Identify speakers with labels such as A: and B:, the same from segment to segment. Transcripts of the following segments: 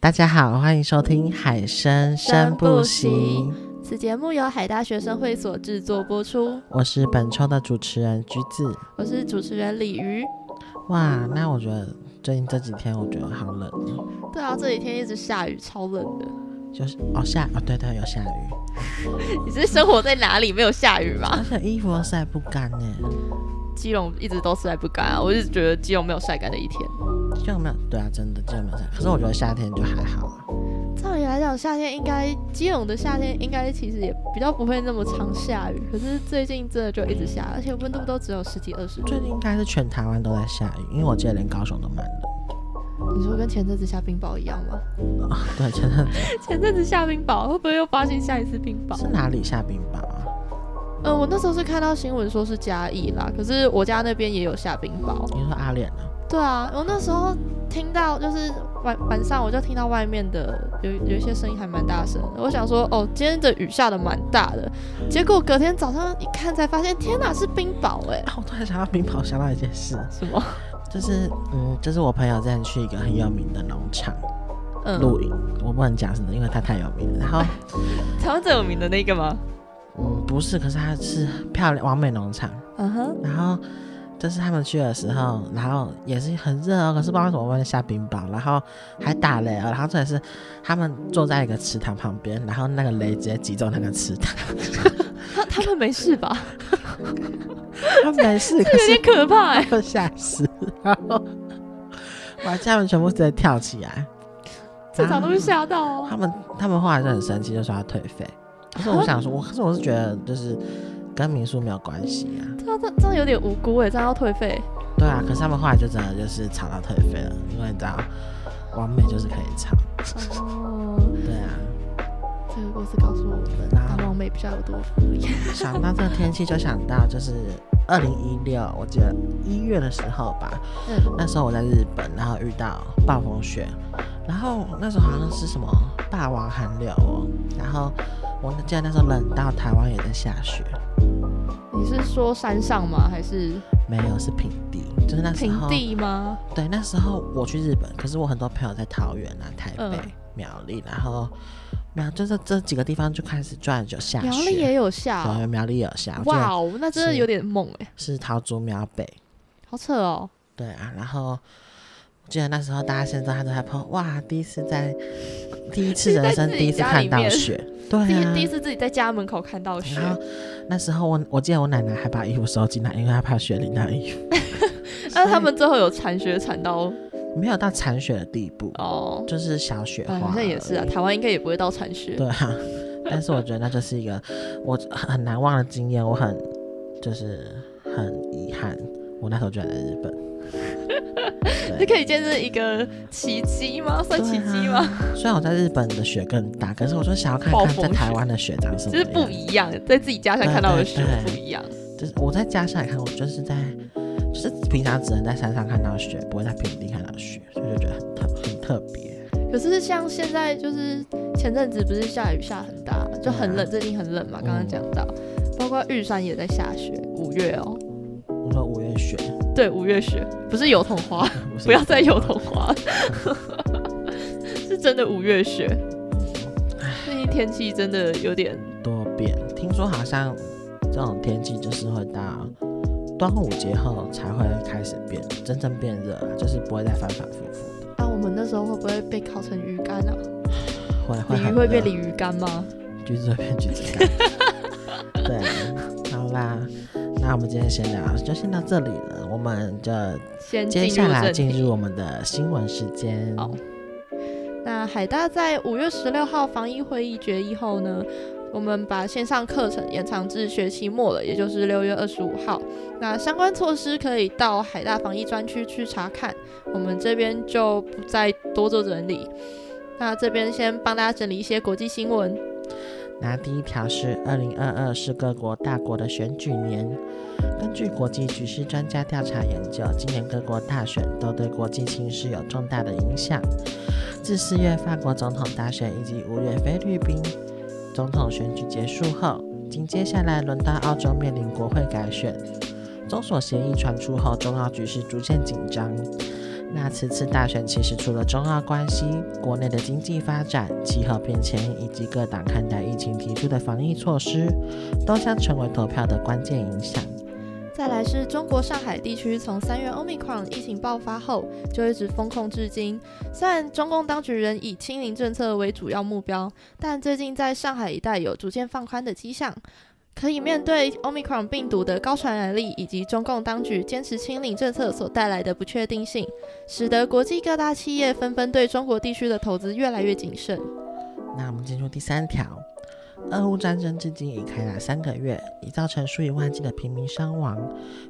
A: 大家好，欢迎收听《海生生不息》，
B: 此节目由海大学生会所制作播出，
A: 我是本周的主持人橘子。
B: 我是主持人鲤鱼。
A: 哇，那我觉得最近这几天我觉得好冷哦，
B: 对啊，这几天一直下雨，超冷的。
A: 就是哦下哦对对有下雨，
B: 你是生活在哪里？没有下雨
A: 而
B: 吗？
A: 且衣服都晒不干呢，
B: 基隆一直都晒不干啊，我一直觉得基隆没有晒干的一天。
A: 这样没有对啊真的这样没有晒，可是我觉得夏天就还好啊。
B: 照理来讲，夏天应该基隆的夏天应该其实也比较不会那么常下雨，可是最近真的就一直下，而且温度都只有十几二十度
A: 最。近应该是全台湾都在下雨，因为我记得连高雄都蛮冷
B: 你说跟前阵子下冰雹一样吗？
A: 的。哦对，真的
B: 前阵子下冰雹，会不会又发现下一次冰雹？
A: 是哪里下冰雹啊？
B: 嗯，我那时候是看到新闻说是嘉义啦，可是我家那边也有下冰雹。
A: 你说阿莲啊？
B: 对啊，我那时候听到就是晚晚上我就听到外面的有有一些声音还蛮大声的，我想说哦，今天的雨下的蛮大的，结果隔天早上一看才发现，天哪，是冰雹哎、
A: 啊我突然想到冰雹，想到一件事，
B: 什么？
A: 就是嗯，就是我朋友之前去一个很有名的农场
B: 嗯，
A: 露营，我不能讲什么，因为它太有名了。然后
B: 台湾最有名的那个吗？
A: 嗯，不是，可是它是漂亮完美农场。
B: 嗯哼，
A: 然后就是他们去的时候，然后也是很热哦，可是不知道为什么外面下冰雹，然后还打雷哦。然后重点是他们坐在一个池塘旁边，然后那个雷直接击中那个池塘，
B: 他他们没事吧？
A: 他们没事，可
B: 有
A: 是
B: 点可怕 哎、
A: 他们吓死，然后我还叫他们全部直接跳起来。
B: 正常都是吓到哦、
A: 他们他们后来就很生气，就说要退费。可是我想说，我可是我是觉得就是跟民宿没有关系啊。
B: 对啊，这这样有点无辜哎、这样要退费。
A: 对啊，可是他们后来就真的就是吵到退费了，因为你知道，完美就是可以吵。
B: 哦，
A: 对啊，
B: 这个故事告诉我们，
A: 对然
B: 当
A: 后
B: 王美比较有多福
A: 想到这个天气，就想到就是二零一六，我记得一月的时候吧，
B: 嗯，
A: 那时候我在日本，然后遇到暴风雪，然后那时候好像是什么霸王寒流哦，然后我记得那时候冷到台湾也在下雪，
B: 你是说山上吗？还是
A: 没有是平地，就是那时
B: 平
A: 候
B: 地吗？
A: 对，那时候我去日本，可是我很多朋友在桃园啊、台北、
B: 嗯
A: 苗栗，然后苗就是这几个地方就开始转就下雪。
B: 苗栗也有下哦、
A: 对，苗栗有下，我记
B: 哇
A: 得
B: 哦，那真的
A: 是
B: 有点猛哎、
A: 是桃竹苗北。
B: 好扯哦。
A: 对啊，然后我记得那时候大家现在还都在碰，哇，第一次在第一次人生
B: 自己
A: 第一次
B: 家
A: 看
B: 里
A: 到
B: 面
A: 雪，对
B: 第
A: 啊
B: 一，第一次自己在家门口看到雪，啊
A: 然后那时候我我记得我奶奶还把衣服收进来，因为她怕雪淋到衣服，
B: 那他们最后有铲雪铲到
A: 没有到残雪的地步，
B: 哦，
A: 就是小雪花而
B: 哎
A: 已。
B: 好像也是啊，台湾应该也不会到铲雪。
A: 对啊，但是我觉得那就是一个我很难忘的经验，我很就是很遗憾，我那时候居然在日本。
B: 这
A: 对
B: 可以见证一个奇迹吗？算奇迹吗？
A: 对啊虽然我在日本的雪更大，可是我就想要看
B: 暴
A: 看在
B: 风
A: 台
B: 雪
A: 湾的雪长什么
B: 就是
A: 样。
B: 不一样，在自己家乡看到的雪
A: 对对
B: 不
A: 对
B: 一样。
A: 就是我在家乡也看过，就是在就是平常只能在山上看到雪，不会在平地看到雪，所以就觉得很特很特别。
B: 可是像现在就是前阵子不是下雨下很大，就很冷，最近很冷嘛，刚刚讲到，包括玉山也在下雪，五月哦，
A: 我说五月雪，
B: 对，五月雪不是油桐花，
A: 是
B: 不要再油桐花， 是真的五月雪。最近天气真的有点，
A: 多变。听说好像这种天气就是会到端午节后才会开始变真正变热啊，就是不会再反反复复的，
B: 啊那、我们那时候会不会被烤成鱼干啊？
A: 会会
B: 鲤鱼
A: 很
B: 会变
A: 热
B: 鲤鱼干吗？
A: 橘子会变橘子 干。对啊，好啦，那我们今天先聊，就先到这里了，我们就
B: 先进
A: 接
B: 入
A: 下来
B: 正
A: 进
B: 题
A: 入我们的新闻时间。
B: 好那海大在五月十六号防疫会议决议后呢，我们把线上课程延长至学期末了，也就是六月二十五号。那相关措施可以到海大防疫专区去查看，我们这边就不再多做整理。那这边先帮大家整理一些国际新闻。
A: 那第一条是，二零二二是各国大国的选举年。根据国际局势专家调查研究，今年各国大选都对国际情势有重大的影响。自四月法国总统大选以及五月菲律宾总统选举结束后，紧接下来轮到澳洲面临国会改选。中所协议传出后，中澳局势逐渐紧张。那此次大选其实除了中澳关系、国内的经济发展、气候变迁以及各党看待疫情提出的防疫措施，都将成为投票的关键影响。
B: 再来是中国上海地区，从三月 Omicron 疫情爆发后就一直封控至今。虽然中共当局仍以清零政策为主要目标，但最近在上海一带有逐渐放宽的迹象。可以面对 Omicron 病毒的高传染力，以及中共当局坚持清零政策所带来的不确定性，使得国际各大企业纷纷对中国地区的投资越来越谨慎。
A: 那我们进入第三条，俄乌战争至今已开打三个月，已造成数以万计的平民伤亡。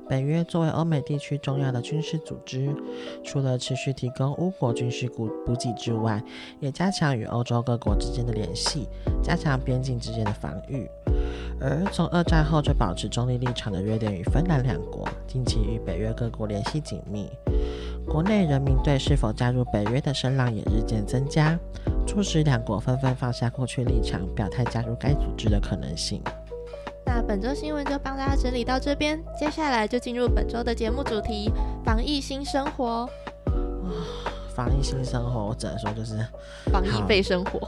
A: 北约作为欧美地区重要的军事组织，除了持续提供乌国军事补补给之外，也加强与欧洲各国之间的联系，加强边境之间的防御。而从二战后就保持中立立场的瑞典与芬兰两国，近期与北约各国联系紧密。国内人民对是否加入北约的声浪也日渐增加，促使两国纷纷放下过去立场，表态加入该组织的可能性。
B: 那本周新闻就帮大家整理到这边，接下来就进入本周的节目主题——防疫新生活。
A: 防疫新生活，我只能说就是
B: 防疫被生活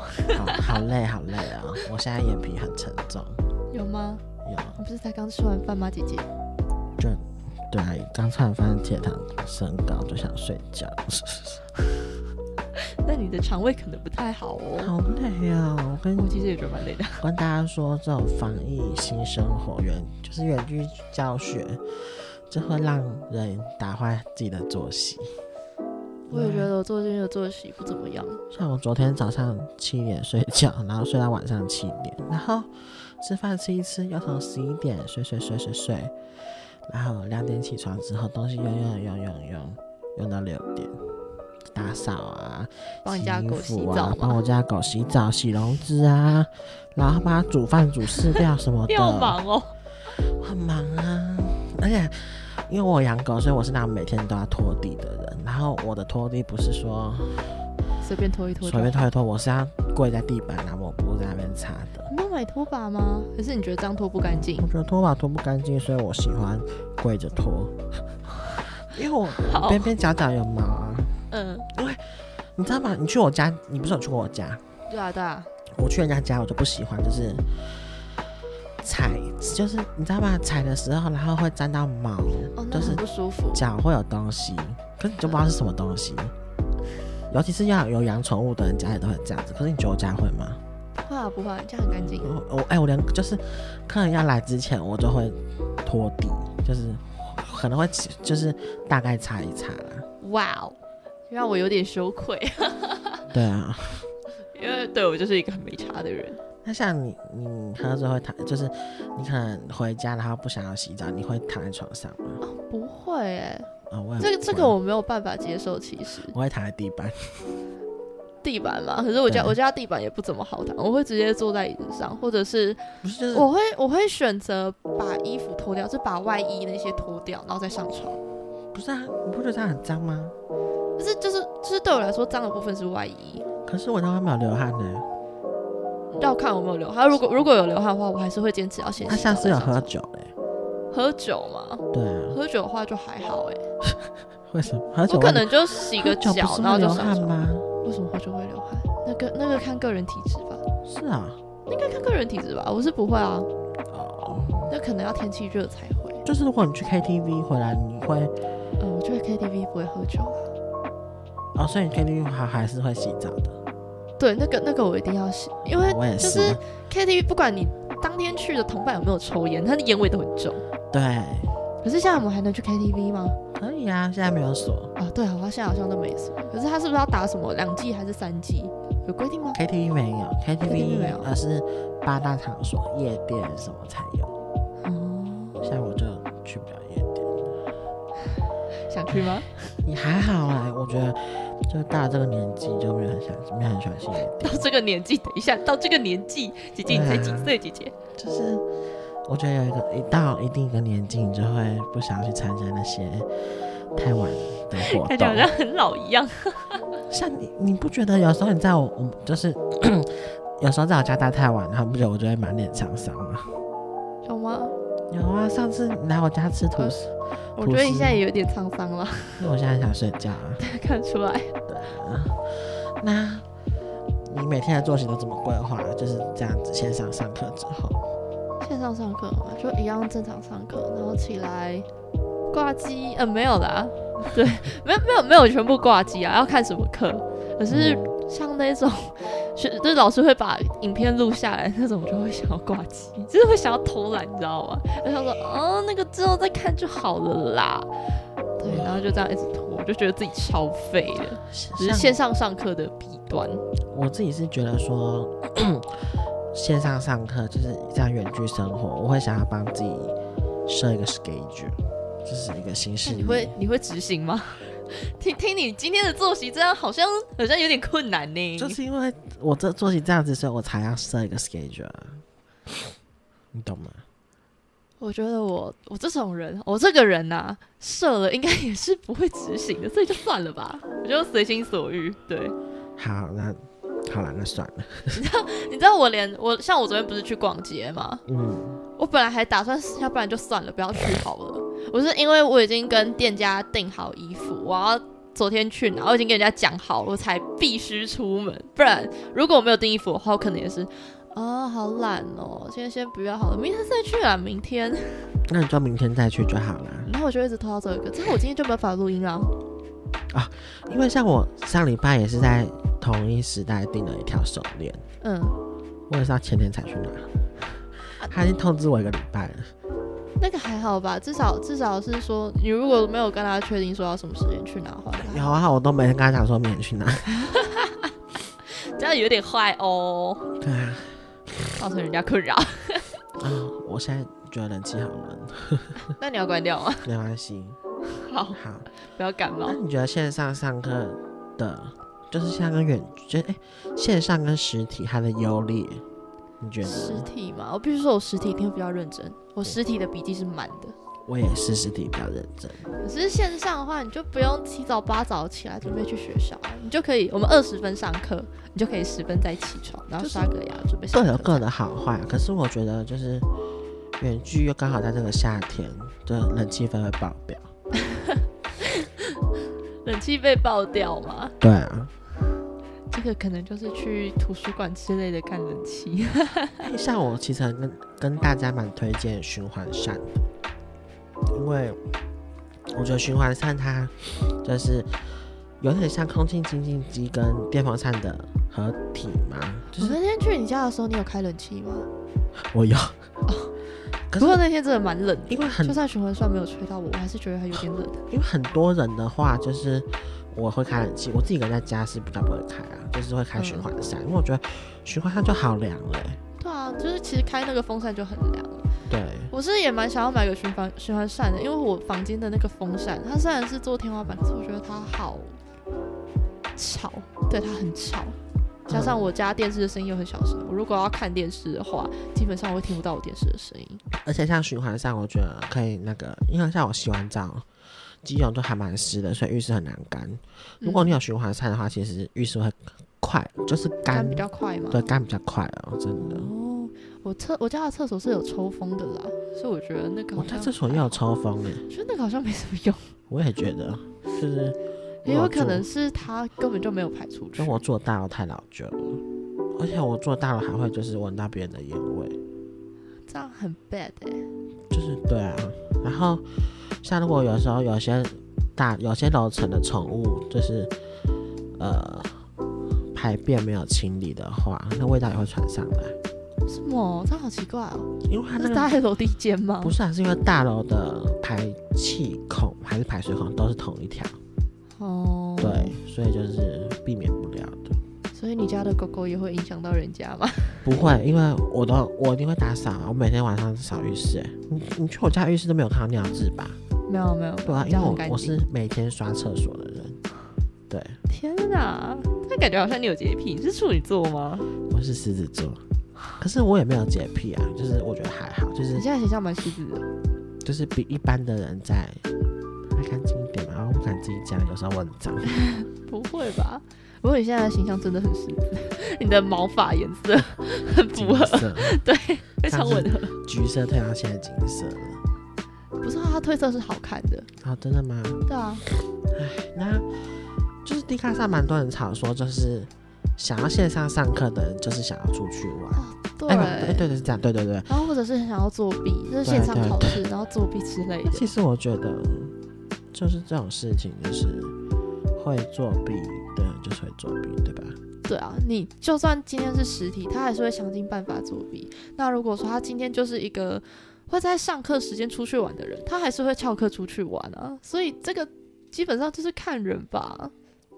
A: 好好累，好累啊、我现在眼皮很沉重，
B: 有吗？
A: 有
B: 我不是才刚吃完饭吗，姐姐？
A: 就对啊，刚吃完饭血糖升高就想睡觉，
B: 那你的肠胃可能不太好哦。
A: 好累啊！我跟
B: 我其实也觉得蛮累的。
A: 跟大家说，这种防疫新生活远就是远距教学，这会让人打坏自己的作息。
B: 我也觉得我最近的作息不怎么样。
A: 像我昨天早上七点睡觉， 然后睡到晚上七点，然后吃饭吃一吃，又从十一点睡睡睡睡睡，然后两点起床之后，东西用用用用用用到六点，打扫啊，
B: 帮你家狗
A: 洗
B: 洗
A: 衣服
B: 澡
A: 啊，帮
B: 吗？
A: 我家狗洗澡、洗笼子啊，然后帮它煮饭、煮饲料什么
B: 你
A: 的，
B: 好忙哦。
A: 很忙啊。而且因为我养狗，所以我是那种每天都要拖地的人。然后我的拖地不是说
B: 随便拖一拖。
A: 随便。拖一拖，我是要跪在地板拿抹布在那边擦的。
B: 你有买拖把吗？可是你觉得这样拖不干净
A: 我？觉得拖把拖不干净，所以我喜欢跪着拖， 因为我 哦
B: 好
A: 边边角角有毛啊。
B: 嗯，
A: 你知道吗？你去我家，你不是有去过我家？
B: 对啊对啊，
A: 我去人家家，我就不喜欢，就是踩，就是你知道吗？踩的时候，然后会沾到毛，
B: 哦，那
A: 就是
B: 很不舒服。
A: 脚会有东西，可是你就不知道是什么东西。尤其是要有养宠物的人家里都会这样子，可是你觉得我家会吗？
B: 不会啊不会啊，这样很干净。
A: 我我哎、我连就是客人要来之前，我就会拖地，就是可能会起就是大概擦一擦啦。
B: 哇哦，让我有点羞愧，
A: 对啊，
B: 因为对我就是一个很没差的人。
A: 那像你你喝醉会躺，就是你可能回家然后不想要洗澡，你会躺在床上吗？
B: 不会哎、
A: 啊、我也
B: 这个这个
A: 我
B: 我没有办法接受。其实
A: 我会躺在地板，
B: 地板嘛，可是我家
A: 对
B: 我家地板也不怎么好躺，我会直接坐在椅子上，或者是
A: 不是就是
B: 我会我会选择把衣服脱掉，就把外衣那些脱掉，然后再上床。
A: 不是啊？你不觉得这样很脏吗？
B: 可是就是就是对我来说，脏的部分是外衣，
A: 可是我刚刚没有流汗呢、
B: 要看有没有流汗。如果如果有流汗的话，我还是会坚持要先洗澡。
A: 他上次有
B: 再上
A: 喝
B: 床
A: 酒嘞、
B: 喝酒吗？
A: 对啊，
B: 喝酒的话就还好哎、
A: 为什么喝酒
B: 我
A: 会？
B: 可能就洗
A: 喝
B: 个
A: 酒
B: 脚
A: 不是，
B: 然后
A: 会
B: 就
A: 流
B: 上
A: 汗
B: 床。
A: 吗？
B: 为什么喝酒会流汗？那个那个看个人体质吧，
A: 是啊，
B: 应该看个人体质吧。我是不会啊，
A: 哦，
B: 那可能要天气热才会。
A: 就是如果你去 KTV 回来，你会
B: 嗯，我觉得 KTV 不会喝酒啊。
A: 哦，所以你 KTV 还还是会洗澡的，
B: 对，那个那个我一定要洗，因为
A: 我也，
B: 就是是 KTV 不管你当天去的同伴有没有抽烟，他的烟味都很重。
A: 对，
B: 可是现在我们还能去 KTV 吗？
A: 可以啊，现在没有锁
B: 啊，对，好像现在好像都没锁。可是他是不是要打什么两季还是三季？有规定吗？
A: ，KTV 没有
B: KTV 没有
A: ，KTV 而呃是八大场所、夜店什么才有，
B: 哦，
A: 像我就去不了夜店，
B: 想去吗？
A: 也还好啦，我觉得就到了这个年纪就没有很想，没有很喜欢去夜
B: 到
A: 店，
B: 这个年纪，等一下，到这个年纪，姐姐你才
A: 哎
B: 几岁？姐姐，
A: 就是。我觉得有一个一到一定一个年纪，你就会不想去参加那些太晚的活
B: 感觉好
A: 动
B: 像。很老一样。
A: 像你，你不觉得有时候你在我，我就是 有时候在我家待太晚，然后你不觉得我就会满脸沧桑吗？
B: 有吗？
A: 有啊，上次你来我家吃吐司，
B: 我
A: 吐
B: 觉得你
A: 司
B: 现在也有点沧桑了，
A: 因为我现在想睡觉啊。
B: 看得出来。
A: 那你每天的作息都怎么规划？就是这样子线上上课之后，
B: 线上上课嘛，就一样正常上课，然后起来挂机，呃，没有啦， 对，没有没有没有全部挂机啊，要看什么课。可是像那种 学，就是老师会把影片录下来那种，就会想要挂机，就是会想要偷懒，你知道吗？就想说，哦，那个之后再看就好了啦。对，然后就这样一直拖，我就觉得自己超废的，只是
A: 像
B: 线上上课的弊端。
A: 我自己是觉得说， 线上上课就是这样远距生活，我会想要帮自己设一个 schedule，就是一个形式。
B: 那你会你会执行吗？ 听听你今天的作息，这样好像好像有点困难呢。
A: 就是因为我这作息这样子，所以我才要设一个 schedule，啊你懂吗？
B: 我觉得我我这种人，我这个人呐、设了应该也是不会执行的，所以就算了吧，我就随心所欲。对，
A: 好，那好了，那算了，
B: 你知道我连我像我昨天不是去逛街吗？
A: 嗯，
B: 我本来还打算，要不然就算了，不要去好了。我是因为我已经跟店家订好衣服，我要昨天去拿，我已经跟人家讲好了，我才必须出门。不然如果我没有订衣服的话，我可能也是啊，好懒哦，今天先不要好了，明天再去啊，明天。
A: 那你就明天再去就好了。
B: 然后我就一直拖到这个，这样我今天就没有办法录音啊啦。
A: 因为像我上礼拜也是在同一时代订了一条手链，
B: 嗯，
A: 我也是到前天才去拿，他已经通知我一个礼拜了。
B: 那个还好吧，至少至少是说，你如果没有跟他确定说要什么时间去拿的话，
A: 有啊，我都每天跟他讲说明天去拿。
B: 这样有点坏哦，
A: 对啊，
B: 造成人家困扰。
A: 啊、我现在觉得冷气好冷，
B: 那你要关掉吗？
A: 没关系。
B: 好，
A: 好，
B: 不要感冒
A: 那。你觉得线上上课的，就是像跟远，就是哎、线上跟实体它的优劣，你觉得
B: 实
A: 呢？
B: 体嘛，我必须说我实体一定会比较认真，我实体的笔记是满的。
A: 我也是实体比较认真。
B: 可是线上的话，你就不用七早八早起来准备去学校，你就可以，我们二十分上课，你就可以十分再起床，然后刷个牙准备上
A: 各
B: 课。
A: 有各的好坏，啊可是我觉得就是远距又刚好在这个夏天，的冷气氛会爆表。
B: 冷气被爆掉嘛，
A: 对啊，
B: 这个可能就是去图书馆之类的干冷气。
A: 哎像我其实很跟跟大家蛮推荐循环扇的，因为我觉得循环扇它就是有点像空气清净机跟电风扇的合体嘛，就
B: 我
A: 是
B: 那天去你家的时候，你有开冷气吗？
A: 我有， 可
B: 哦不
A: 是
B: 过那天真的蛮冷的，
A: 因为很
B: 就算循环扇没有吹到我，我还是觉得它有点冷。
A: 因为很多人的话，就是我会开冷气，我自己一个人在家是比较不会开啊，就是会
B: 嗯
A: 开循环扇，因为我觉得循环扇就好凉嘞、
B: 对啊，就是其实开那个风扇就很凉了。
A: 对，
B: 我是也蛮想要买个循环循环扇的，因为我房间的那个风扇，它虽然是做天花板，可是我觉得它好吵，对，它很吵。加上我家电视的声音又很小声，我如果要看电视的话，基本上我会听不到我电视的声音。
A: 而且像循环扇，我觉得可以那个，因为像我洗完澡，基隆就还蛮湿的，所以浴室很难干。
B: 嗯
A: 如
B: 哦
A: 果你有循环扇的话，其实浴室会快，就是干
B: 干比，较快嘛。
A: 对，干比较快哦，真的。
B: 哦，我厕我家的厕所是有抽风的啦，所以我觉得那个
A: 我
B: 好
A: 在
B: 像
A: 厕所也有抽风诶，
B: 我觉得那个好像没什么用，
A: 我也觉得，就是
B: 也
A: 我
B: 有
A: 有
B: 可
A: 做
B: 能是它根本就没有排出去
A: 因为。我坐大楼太老旧了，而且我坐大楼还会就是闻到别人的烟味。
B: 这样很 bad 哎、
A: 就是对啊，然后像如果有时候有些大有些楼层的宠物就是呃排便没有清理的话，那味道也会传上来，
B: 为什么？这样好奇怪哦、
A: 因为它那
B: 是
A: 个
B: 搭在楼梯间吗？
A: 不是啊，是因为大楼的排气孔还是排水孔都是同一条，
B: 哦，
A: 对，，所以就是避免不了的。
B: 所以你家的狗狗也会影响到人 家吗？
A: 不会，因为我都我一定会打扫啊，我每天晚上扫浴室、欸。你你去我家浴室都没有看到尿渍吧？
B: 没有没有，
A: 对啊，因为
B: 你家很
A: 我
B: 干
A: 我
B: 净。
A: 是每天刷厕所的人。对，
B: 天哪，那感觉好像你有洁癖，你是处女座吗？
A: 我是狮子座，可是我也没有洁癖啊，就是我觉得还好，就
B: 你
A: 是
B: 现在形象蛮狮子的，
A: 就是比一般的人在 啊还干净一点嘛，然后不敢自己讲，有时候我很脏。
B: 不会吧？不过你现在的形象真的很狮子， 你的毛发颜色 很符合，
A: 金色，
B: 对，非
A: 上
B: 常
A: 次
B: 吻合。
A: 橘色退到现在金色了。
B: 不是啊，它褪色是好看的，
A: 啊，真的吗？
B: 对啊，
A: 那就是 D 卡上蛮多人吵说，就是想要线上上课的人，就是想要出去玩。
B: 对。
A: 哎，不对对对，是这样，对对对。
B: 然后或者是很想要作弊，就是线上
A: 对啊对
B: 考试，然后作弊之类的。
A: 其实我觉得，就是这种事情，就是会作弊的人就是会作弊，对吧？
B: 对啊，你就算今天是实体，他还是会想尽办法作弊。那如果说他今天就是一个会在上课时间出去玩的人，他还是会翘课出去玩啊。所以这个基本上就是看人吧。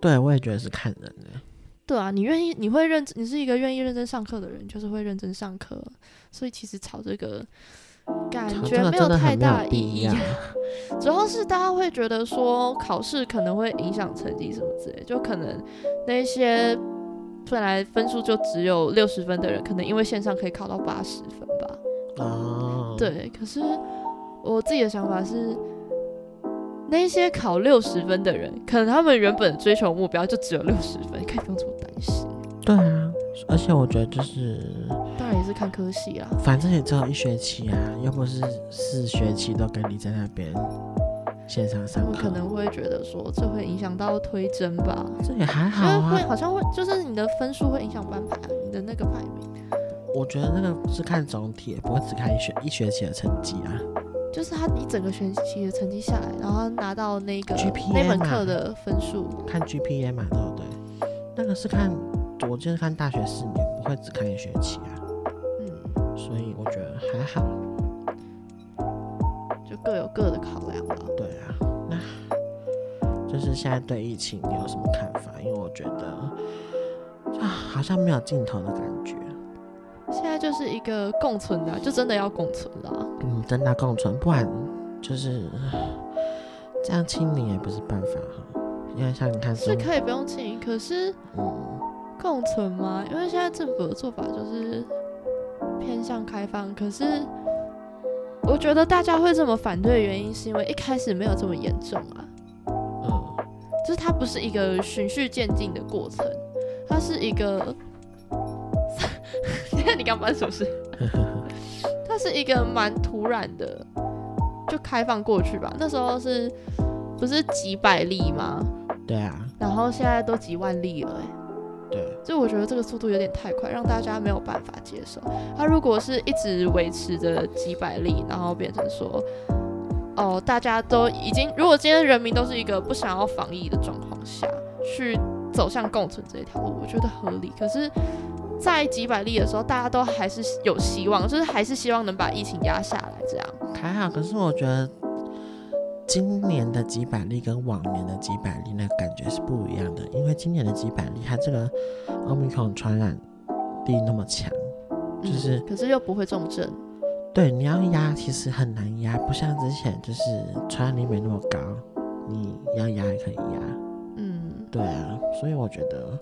A: 对，我也觉得是看人的。
B: 对啊，你愿意，你会认，你是一个愿意认真上课的人，就是会认真上课。所以其实吵这个感
A: 吵这
B: 觉
A: 个
B: 没
A: 真的
B: 太
A: 很没有
B: 大意
A: 必
B: 义啊
A: 要。
B: 主要是大家会觉得说考试可能会影响成绩什么之类，就可能那些本来分数就只有六十分的人，可能因为线上可以考到八十分吧。
A: 哦，，
B: 对，可是我自己的想法是，那些考六十分的人，可能他们原本追求目标就只有六十分，可以不用这么担心。
A: 对啊。而且我觉得就是，
B: 当然也是看科系啦。
A: 反正也只有一学期啊，又不是四学期都跟你在那边线上
B: 他
A: 上
B: 们
A: 课，
B: 可能会觉得说，这会影响到推甄吧，
A: 这也还
B: 因
A: 好
B: 为
A: 啊
B: 会。好像会就是你的分数会影响班排，啊你的那个排名。
A: 我觉得那个是看总体，不会只看一学一学期的成绩啊。
B: 就是他一整个学期的成绩下来，然后他拿到那个
A: GPA
B: 那门
A: 嘛
B: 课的分数，
A: 看 GPA 嘛，对不对？那个是看，我就是看大学四年，不会只看一学期啊。
B: 嗯，
A: 所以我觉得还好，
B: 就各有各的考量了。
A: 对啊。那就是现在对疫情你有什么看法？因为我觉得啊，好像没有尽头的感觉。
B: 现在就是一个共存的啊、就真的要共存了啊。
A: 嗯，真的共存，不然就是嗯这样清零也不是办法哈。因为像你看
B: 是
A: 中，
B: 可以不用请，可是
A: 嗯，
B: 共存吗？因为现在政府的做法就是偏向开放，可是我觉得大家会这么反对的原因，是因为一开始没有这么严重啊。
A: 嗯
B: 就是它不是一个循序渐进的过程，它是一个， 你看你刚搬什么事？它是一个蛮突然的，就开放过去吧。那时候是不是几百例吗？
A: 对啊，
B: 然后现在都几万例了、欸，
A: 对，
B: 所以我觉得这个速度有点太快，让大家没有办法接受。它如果是一直维持着几百例，然后变成说，哦，大家都已经，如果今天人民都是一个不想要防疫的状况下去走向共存这一条路，我觉得合理。可是，在几百例的时候，大家都还是有希望，就是还是希望能把疫情压下来，这样。
A: 还好，可是我觉得今年的几百例跟往年的几百例那个感觉是不一样的，因为今年的几百例它这个奥密克戎传染力那么强，就是
B: 嗯可是又不会重症，
A: 对你要压其实很难压，不像之前就是传染力没那么高，你要压也可以压，
B: 嗯，
A: 对啊，所以我觉得。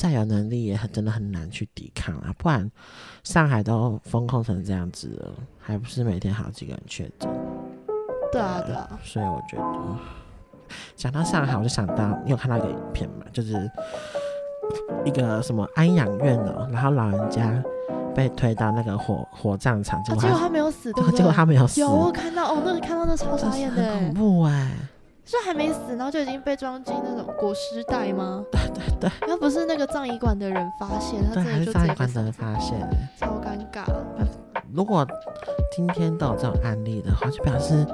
A: 再有能力也很真的很难去抵抗啊，不然上海都封控成这样子了，还不是每天好几个人确诊？
B: 对啊，对啊，
A: 所以我觉得，讲到上海，我就想到你有看到一个影片嘛，就是一个什么安养院哦，然后老人家被推到那个火火葬场，结
B: 啊
A: 果
B: 结果
A: 他、
B: 他没 有死，对不对？
A: 哦结果他没有死，
B: 有我看到哦，那个看到那超
A: 这
B: 傻
A: 是
B: 眼的
A: 很恐
B: 欸，
A: 怖哎、
B: 是还没死，然后就已经被装进那种裹尸袋吗？
A: 对对对，
B: 然后不是那个葬仪馆的人发现，他
A: 对，
B: 真
A: 还
B: 的
A: 是
B: 就
A: 上
B: 直
A: 一
B: 接被
A: 关的人发现、欸。
B: 超尴尬。
A: 如果今天都有这种案例的话，就表示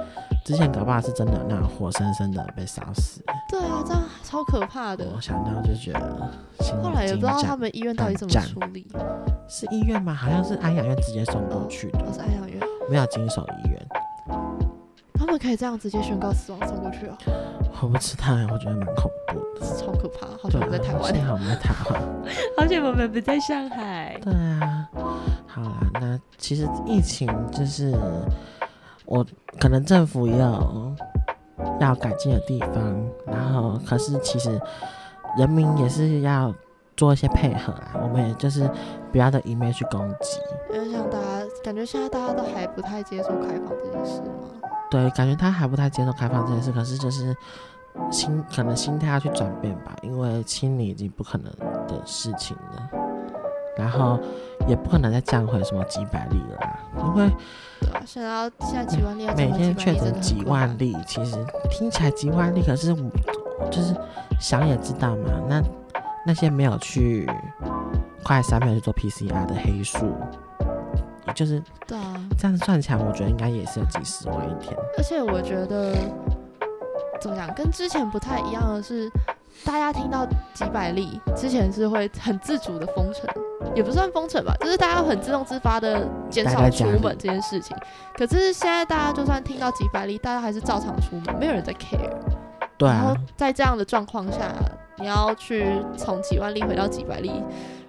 A: 之前搞不好是真的有那种活生生的被烧死。
B: 对啊，这样超可怕的。
A: 我想到就觉得嗯心
B: 后来也
A: 惊
B: 不知道
A: 胆
B: 他们医院到底怎么处理，
A: 是医院吗？好像是安养院直接送过去的
B: 我，是安养院，
A: 没有经手医院。
B: 他们可以这样直接宣告死亡送过去哦，
A: 我不知道，我觉得蛮恐怖的。
B: 超可怕。好
A: 对
B: 像
A: 啊
B: 我在台湾，
A: 幸好我们在台湾。
B: 好像我们不在上 海。
A: 对啊，好啦，那其实疫情就是我可能政府也有要改进的地方，然后可是其实人民也是要做一些配合啊。我们也就是不要的一面去攻击。
B: 因为像大家感觉现在大家都还不太接受开放这件事嘛，
A: 对，感觉他还不太接受开放这件事，可是就是心可能心态要去转变吧，因为清理已经不可能的事情了，然后也不可能再降回什么几百例了啦，因为
B: 对啊，现在要现在几万例，
A: 每天确诊几万
B: 例
A: 例，其实听起来几万例，可是我就是想也知道嘛，那那些没有去快三秒去做 PCR 的黑数，也就是
B: 真的很困难，对啊，
A: 这样算起来，我觉得应该也是有几十万一天。
B: 而且我觉得怎么讲，跟之前不太一样的是，大家听到几百例之前是会很自主的封城，也不算封城吧，就是大家很自动自发的减
A: 待在
B: 少出
A: 家里
B: 门这件事情。可是现在大家就算听到几百例，大家还是照常出门，没有人在 care。
A: 对
B: 然后
A: 啊，
B: 在这样的状况下，你要去从几万例回到几百例，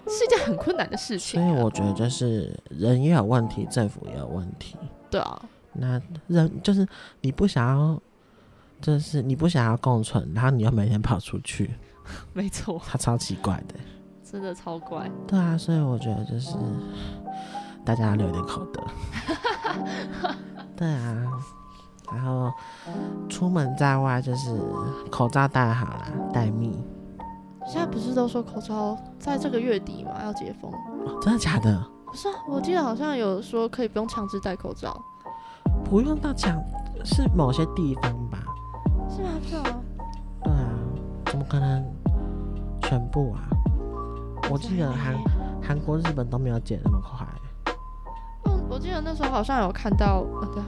B: 是一件很困难的事情
A: 所
B: 啊、
A: 以我觉得就是人也有问题，政府也有问题。
B: 对啊，
A: 那人就是你不想要，就是你不想要共存，然后你又每天跑出去，
B: 没错，
A: 他超奇怪的。
B: 真的超怪。
A: 对啊，所以我觉得就是大家要留一点口德。对啊，然后出门在外就是口罩戴好啦，戴密。
B: 现在不是都说口罩在这个月底嘛要解封？
A: 哦真的假的？
B: 不是、啊，我记得好像有说可以不用强制戴口罩，
A: 不用到讲，是某些地方吧？
B: 是吗？是吗？
A: 对啊，怎么可能全部啊？我记得韩韩国、日本都没有解那么快。
B: 嗯，我记得那时候好像有看到，啊、对啊，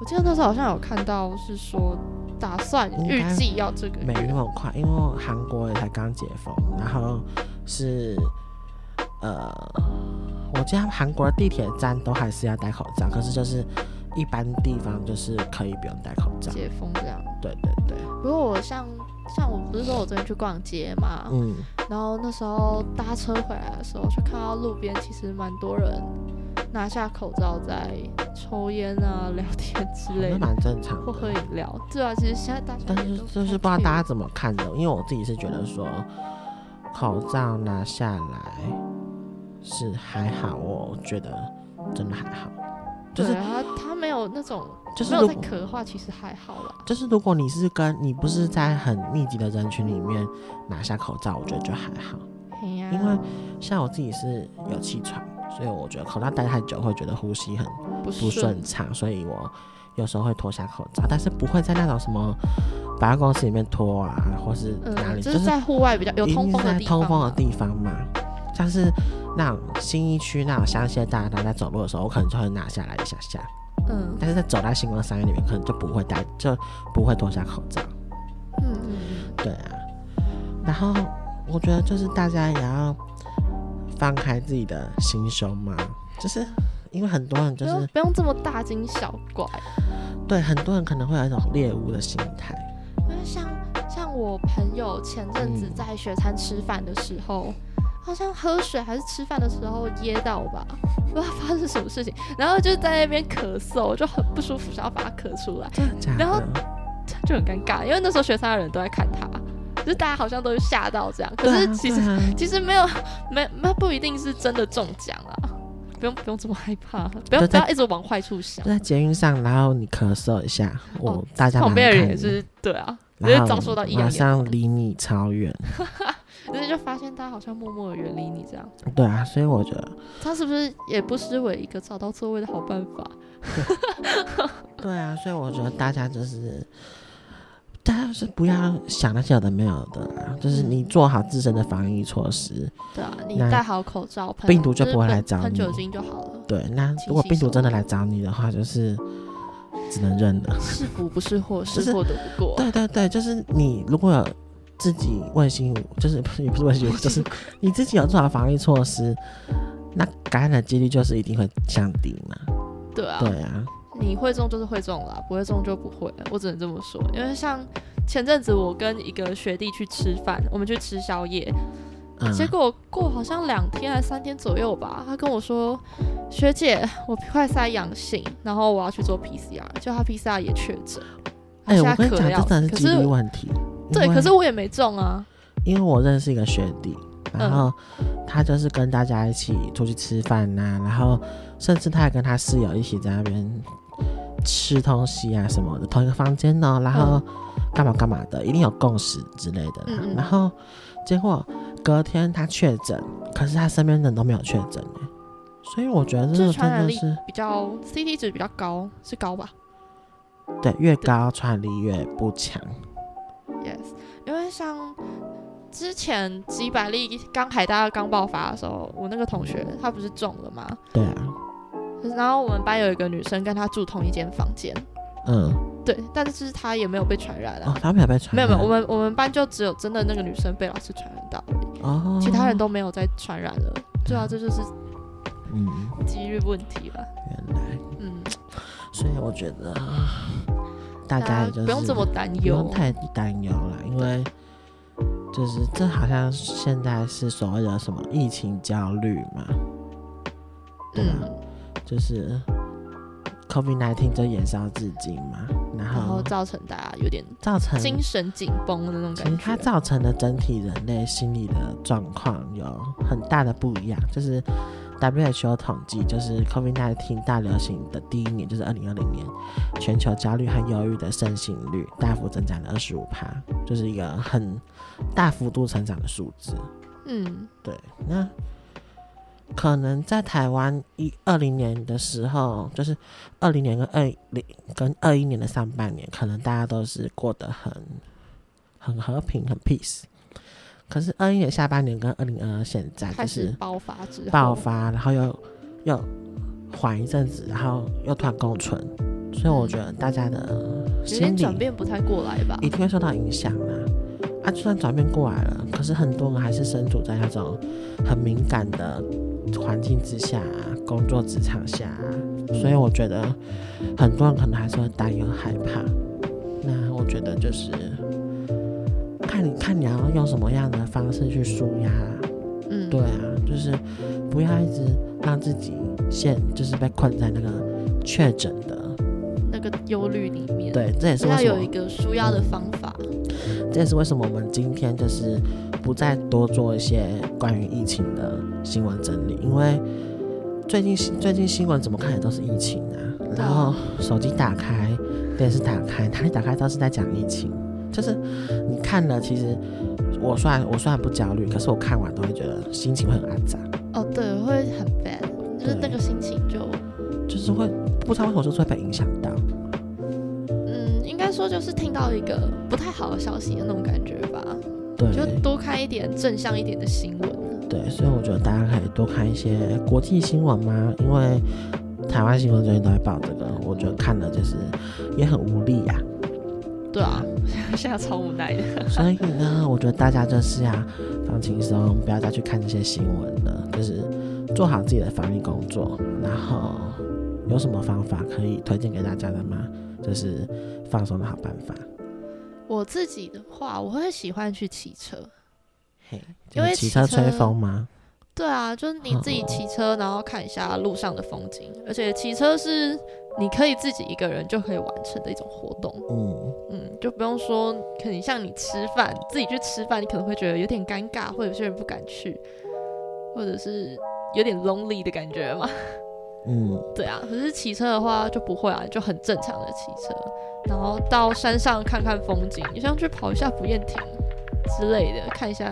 B: 我记得那时候好像有看到是说打算
A: 应该
B: 预计要这个
A: 没那
B: 月，
A: 么快，因为韩国也才刚解封，然后是呃，我记得韩国的地铁站都还是要戴口罩，可是就是一般地方就是可以不用戴口罩。
B: 解封这哦样。
A: 对对对，
B: 不过我像像我不是说我昨天去逛街嘛，
A: 嗯，
B: 然后那时候搭车回来的时候，就看到路边其实蛮多人拿下口罩在抽烟啊、聊天之类
A: 啊那
B: 的，
A: 蛮正常
B: 或喝
A: 的。
B: 饮料。对啊，其实现在大家
A: 但
B: 也
A: 是
B: 都
A: 就是不知道大家怎么看的，因为我自己是觉得说口罩拿下来是还好，我觉得真的还好，就
B: 对
A: 是
B: 啊，他没有那种
A: 就是
B: 没有
A: 如
B: 在
A: 果
B: 咳的话，其实还好啦。
A: 就是如果你是跟你不是在很密集的人群里面拿下口罩，我觉得就还好。
B: 嘿呀、
A: 因为像我自己是有气喘，所以我觉得口罩戴太久会觉得呼吸很
B: 不
A: 不顺畅，所以我有时候会脱下口罩，但是不会在那种什么百货公司里面脱啊，或是哪
B: 嗯，
A: 里，
B: 就
A: 就是是
B: 在户外比较有
A: 一
B: 通
A: 定
B: 风
A: 是在
B: 的地方嘛。
A: 通风的地方嘛。像是那种新一区那种香榭大道，在走路的时候，我可能就会拿下来一下下，
B: 嗯
A: 但是在走到星光三月里面，可能就不会戴，就不会脱下口罩。
B: 嗯嗯嗯，
A: 对啊，然后我觉得就是大家也要放开自己的心胸嘛，就是因为很多人就
B: 不用
A: 是
B: 不用这么大惊小怪。
A: 对很多人可能会有一种猎物的心态，
B: 因为像像我朋友前阵子
A: 嗯
B: 在学餐吃饭的时候，好像喝水还是吃饭的时候噎到吧，不知道发生什么事情，然后就在那边咳嗽，我就很不舒服，想要把它咳出来，
A: 真的假
B: 然后
A: 的？
B: 就很尴尬，因为那时候学餐的人都在看他，就是大家好像都是吓到这样，可
A: 对啊
B: 是其实、
A: 对啊
B: 其实没有没那不一定是真的中奖啊。不用不用这么害怕，不
A: 对
B: 要不
A: 在
B: 要一直往坏处想
A: 就。在捷运上，然后你咳嗽一下，我、
B: 哦
A: 大家马
B: 旁
A: 上
B: 边的人也
A: 看你，
B: 是对啊，只是
A: 然后
B: 遭受到异
A: 马
B: 样眼光
A: 上离你超远，
B: 可是就发现他好像默默的远离你这样，
A: 对啊，所以我觉得，
B: 他是不是也不失为一个找到座位的好办法？
A: 对啊，所以我觉得大家就是。大家就是不要想那些有的没有的啦，就是
B: 嗯
A: 你做好自身的防疫措施，
B: 对啊，你
A: 那
B: 戴好口罩，喷
A: 病毒就不会
B: 是
A: 来找
B: 喷喷
A: 你
B: 酒精就好了。
A: 对，那
B: 勤
A: 如果
B: 洗
A: 病毒
B: 手
A: 真的来找你的话，就是只能认了。
B: 是福不是祸，
A: 就是
B: 是祸躲不过。
A: 对对对，就是你如果有自己问心无，就是不是也不是问 心无，就是你自己有做好防疫措施，那感染的几率就是一定会降低嘛。
B: 对啊，
A: 对啊，
B: 你会中就是会中啦，不会中就不会了。我只能这么说，因为像前阵子我跟一个学弟去吃饭，我们去吃宵夜，
A: 嗯，
B: 啊结果过好像两天还三天左右吧，他跟我说：“学姐，我快筛阳性，然后我要去做 PCR，就他 PCR 也确诊。”
A: 哎、我
B: 他现在
A: 跟你
B: 咳得要
A: 讲，
B: 死
A: 真的是
B: 可
A: 几率
B: 是
A: 问题。因
B: 对，
A: 为
B: 可是我也没中啊。
A: 因为我认识一个学弟，然
B: 嗯
A: 后他就是跟大啊家一起出去吃饭呐、然后甚至他还跟他室友一起在那边吃东西啊什么的，同一个房间呢，然后干嘛干嘛的，一定有共识之类的啦。
B: 嗯嗯嗯
A: 然后结果隔天他确诊，可是他身边的人都没有确诊欸所以我觉得这
B: 就是
A: 个
B: 传
A: 真
B: 染
A: 的
B: 力
A: 是
B: 比较 CT 值比较高，是高吧
A: 对越高传染力越不强。
B: ？Yes，因为像之前几百例刚海大刚爆发的时候，我那个同学他不是中了吗？
A: 对啊，
B: 然后我们班有一个女生跟她住同一间房间，
A: 嗯，
B: 对，但是她也没有被传染啊
A: 哦，，他没有被传
B: 没有
A: 染，
B: 没有，我们我们班就只有真的那个女生被老师传染到，
A: 哦，
B: 其他人都没有再传染了。对啊，这就是
A: 嗯，
B: 几率问题了。
A: 原来，
B: 嗯，
A: 所以我觉得大
B: 大
A: 家
B: 家
A: 也就是
B: 不用这么担
A: 不
B: 忧
A: 用。太担忧了，因为就是这好像现在是所谓的什么疫情焦虑嘛，对吧
B: 嗯，
A: 就是 COVID 1 9就延烧至今嘛，然
B: 然后
A: 后
B: 造成大家有点
A: 造成
B: 精神紧绷的那种
A: 其
B: 感
A: 实
B: 觉。
A: 它造成的整体人类心理的状况有很大的不一样，就是 WHO 统计，就是 COVID-19 大流行的第一年，就是二零二零年，全球焦虑和忧郁的盛行率大幅增长了二十五趴，就是一个很大幅度成长的数字。
B: 嗯，
A: 对，那可能在台湾一二零年的时候，就是二零年跟二零跟二一年的上半年，可能大家都是过得很很和平、很 peace。可是二一年下半年跟二零二二现在就
B: 开始
A: 是
B: 爆发之后，
A: 爆发，然后又又缓一阵子，然后又突然共存，所以我觉得大家的
B: 有
A: 心
B: 点
A: 理
B: 转变不太过来吧
A: 一？定会受到影响啦。啊，就算转变过来了，可是很多人还是身处在那种很敏感的环境之下、啊工作职场下、啊所以我觉得很多人可能还是会担忧、害怕。那我觉得就是看你看你要用什么样的方式去舒压啦。
B: 嗯，
A: 对啊，就是不要一直让自己陷，就是被困在那个确诊的。
B: 那个忧虑里面，，
A: 对，这也是为
B: 要
A: 什么嗯
B: 有一个舒压的方法。
A: 这也是为什么我们今天就是不再多做一些关于疫情的新闻整理，因为最近新最近新闻怎么看也都是疫情啊，然后手机打开，电视打开，哪里打开都是在讲疫情，就是你看了，其实我虽然我虽然不焦虑，可是我看完都会觉得心情会很肮脏，
B: 哦，对，会很 bad，就是那个心情就，
A: 就是会不知道为什么就是会被影响到。
B: 嗯，应该说就是听到一个不太好的消息的那种感觉吧，
A: 对，
B: 就多看一点正向一点的新闻。啊
A: 对，所以我觉得大家可以多看一些国际新闻嘛，因为台湾新闻最近都在报这个，我觉得看了就是也很无力啊呀、
B: 对啊， 现在超无奈的。
A: 所以呢，我觉得大家就是呀、放轻松，不要再去看这些新闻了，就是做好自己的防疫工作。然后有什么方法可以推荐给大家的吗？就是放松的好办法。
B: 我自己的话，我会喜欢去骑车。
A: 嘿，
B: 因为
A: 就是骑
B: 骑
A: 车吹
B: 车
A: 风吗？
B: 对啊，就是你自己骑车，然后看一下路上的风景，而且骑车是你可以自己一个人就可以完成的一种活动。
A: 嗯，
B: 嗯，就不用说，可能像你吃饭，自己去吃饭，你可能会觉得有点尴尬，或者有些人不敢去，或者是有点 lonely 的感觉嘛。
A: 嗯，
B: 对啊，可是骑车的话就不会啊，就很正常的骑车，然后到山上看看风景，你像去跑一下不夜亭之类的，看一下，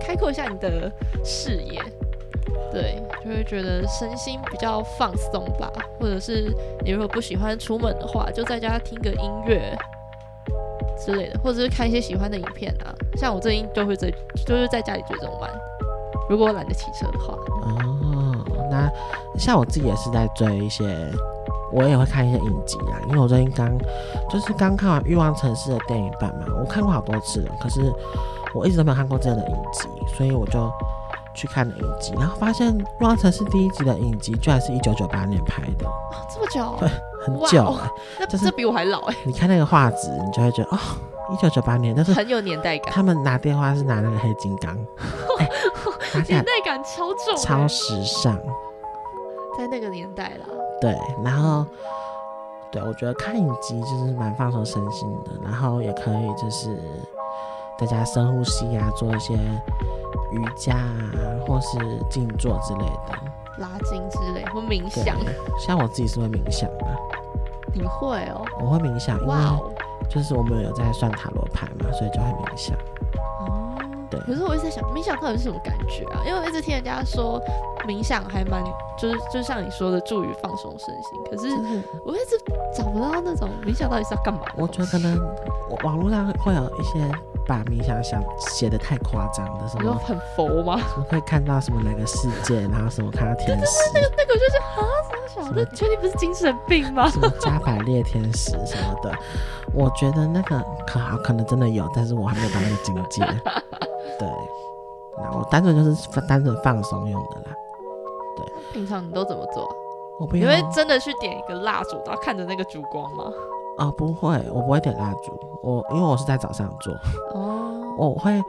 B: 开阔一下你的视野。对，就会觉得身心比较放松吧，或者是你如果不喜欢出门的话，就在家听个音乐之类的，或者是看一些喜欢的影片啊。像我最近就会在就是在家里追踪漫，如果我懒得骑车的话，
A: 哦，那像我自己也是在追一些，我也会看一些影集啦，因为我最近刚就是刚看完《欲望城市》的电影版嘛，我看过好多次了，可是我一直都没有看过这样的影集，所以我就去看了影集，然后发现《欲望城市》第一集的影集居然是一九九八年拍的，
B: 哦，这么久哦，
A: 很久、
B: 哇
A: 啊。
B: 那
A: 就是
B: 这比我还老哎、
A: 你看那个画质，你就会觉得哦，一九九八年，但是
B: 很有年代感，
A: 他们拿电话是拿那个黑金 刚，哎拿起
B: 年
A: 来
B: 代感超重、欸，
A: 超时尚。
B: 在那个年代啦。
A: 对，然后对我觉得看影集就是蛮放松身心的，然后也可以就是大家深呼吸啊，做一些瑜伽啊，或是静坐之类的。
B: 拉筋之类或冥
A: 对
B: 想，，
A: 像我自己是会冥想啊，
B: 你会哦，
A: 我会冥想，因为
B: 哇哦，
A: 就是我们有在算塔罗牌嘛，所以就会冥想。
B: 哦，
A: 对
B: 可是我一直在想，冥想到底是什么感觉啊？因为我一直听人家说冥想还蛮，就是就像你说的，助于放松身心。可是
A: 就是
B: 我一直找不到那种冥想到底是要干嘛的
A: 我
B: 东西。
A: 觉得可能我网络上会有一些把冥想想写的太夸张的，什
B: 你说
A: 么
B: 很佛吗？
A: 什么会看到什么哪个世界，然后什么看到天使，
B: 那个我就是啊，傻小子，你确定不是精神病吗？
A: 什么加百列天使什么的。我觉得那个可好可能真的有，但是我还没有到那个境界。对，那我单纯就是放单纯放松用的啦。
B: 平常你都怎么做啊？
A: 我不
B: 你
A: 用
B: 会真的去点一个蜡烛，然后看着那个烛光吗？
A: 啊、不会，我不会点蜡烛，我因为我是在早上做。
B: 哦，
A: 我会，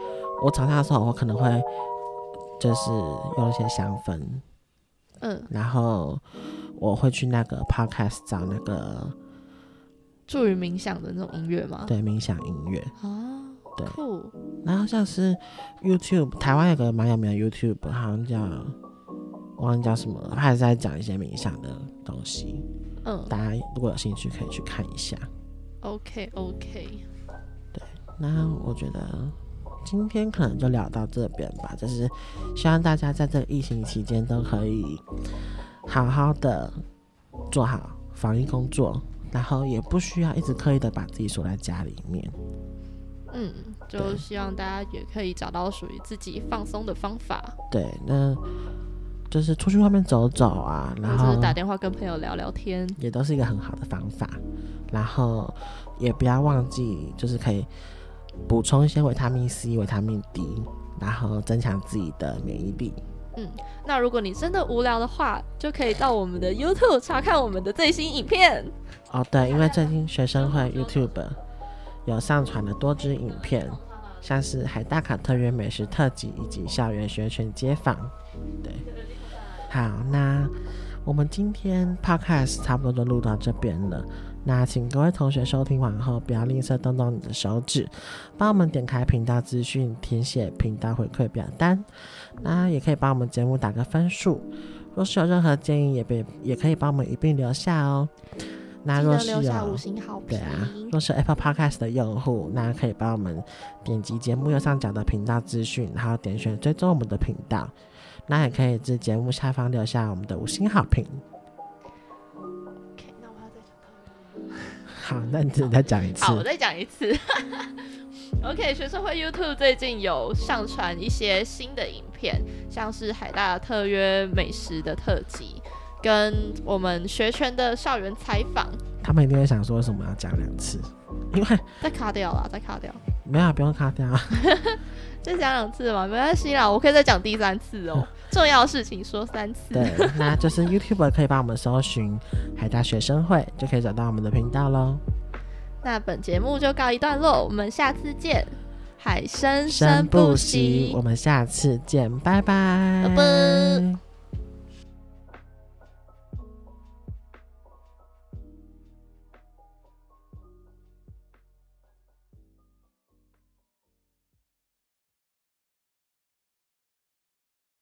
A: 我早上的时候，我可能会就是用一些香氛，
B: 嗯，
A: 然后我会去那个 podcast 找那个
B: 助于冥想的那种音乐吗？
A: 对冥想音乐，
B: 啊，
A: 对
B: 酷，
A: 然后像是 YouTube，台湾有个蛮有名的 YouTube，好像叫我忘记叫什么了，他也是在讲一些冥想的东西，
B: 嗯
A: 大家如果有兴趣可以去看一下。
B: ，OK OK，
A: 那我觉得今天可能就聊到这边吧，就是希望大家在这个疫情期间都可以好好的做好防疫工作，然后也不需要一直刻意的把自己锁在家里面。
B: 嗯，就
A: 对
B: 希望大家也可以找到属于自己放松的方法，
A: 对，那就是出去外面走走啊，然
B: 或者
A: 后
B: 是打电话跟朋友聊聊天。
A: 也都是一个很好的方法。然后也不要忘记，就是可以补充一些维他命 C、维他命 D，然后增强自己的免疫力。
B: 那如果你真的无聊的话，就可以到我们的 YouTube 查看我们的最新影片。
A: 哦，对，因为最近学生会 YouTube 有上传了多支影片，像是海大卡特约美食特辑以及校园学犬街访。对，好，那我们今天 Podcast 差不多就录到这边了。那请各位同学收听完后，不要吝啬动动你的手指，帮我们点开频道资讯，填写频道回馈表单。那也可以帮我们节目打个分数。若是有任何建议，也别也可以帮我们一并留下哦。那
B: 记
A: 若
B: 得
A: 是有
B: 留下五星好
A: 对
B: 评。
A: 啊，若是 Apple Podcast 的用户，那可以帮我们点击节目右上角的频道资讯，然后点选追踪我们的频道。那也可以至节目下方留下我们的五星好评。
B: OK，那我要再讲
A: 好，那你自己再讲一次。
B: 好，我再讲一次。OK，学生会 YouTube 最近有上传一些新的影片，像是海大特约美食的特辑，跟我们学圈的校园采访。
A: 他们一定会想说为什么要讲两次，因为
B: 再卡掉啦，再卡掉，
A: 没有啊不用卡掉啊。
B: 再讲两次嘛，没关系啦，我可以再讲第三 次哦。重要的事情说三次。
A: 对，那就是 YouTube 可以帮我们搜寻海大学生会，就可以找到我们的频道喽。
B: 那本节目就告一段落，我们下次见。海生
A: 生
B: 不
A: 不息，我们下次见，拜拜。
B: 拜拜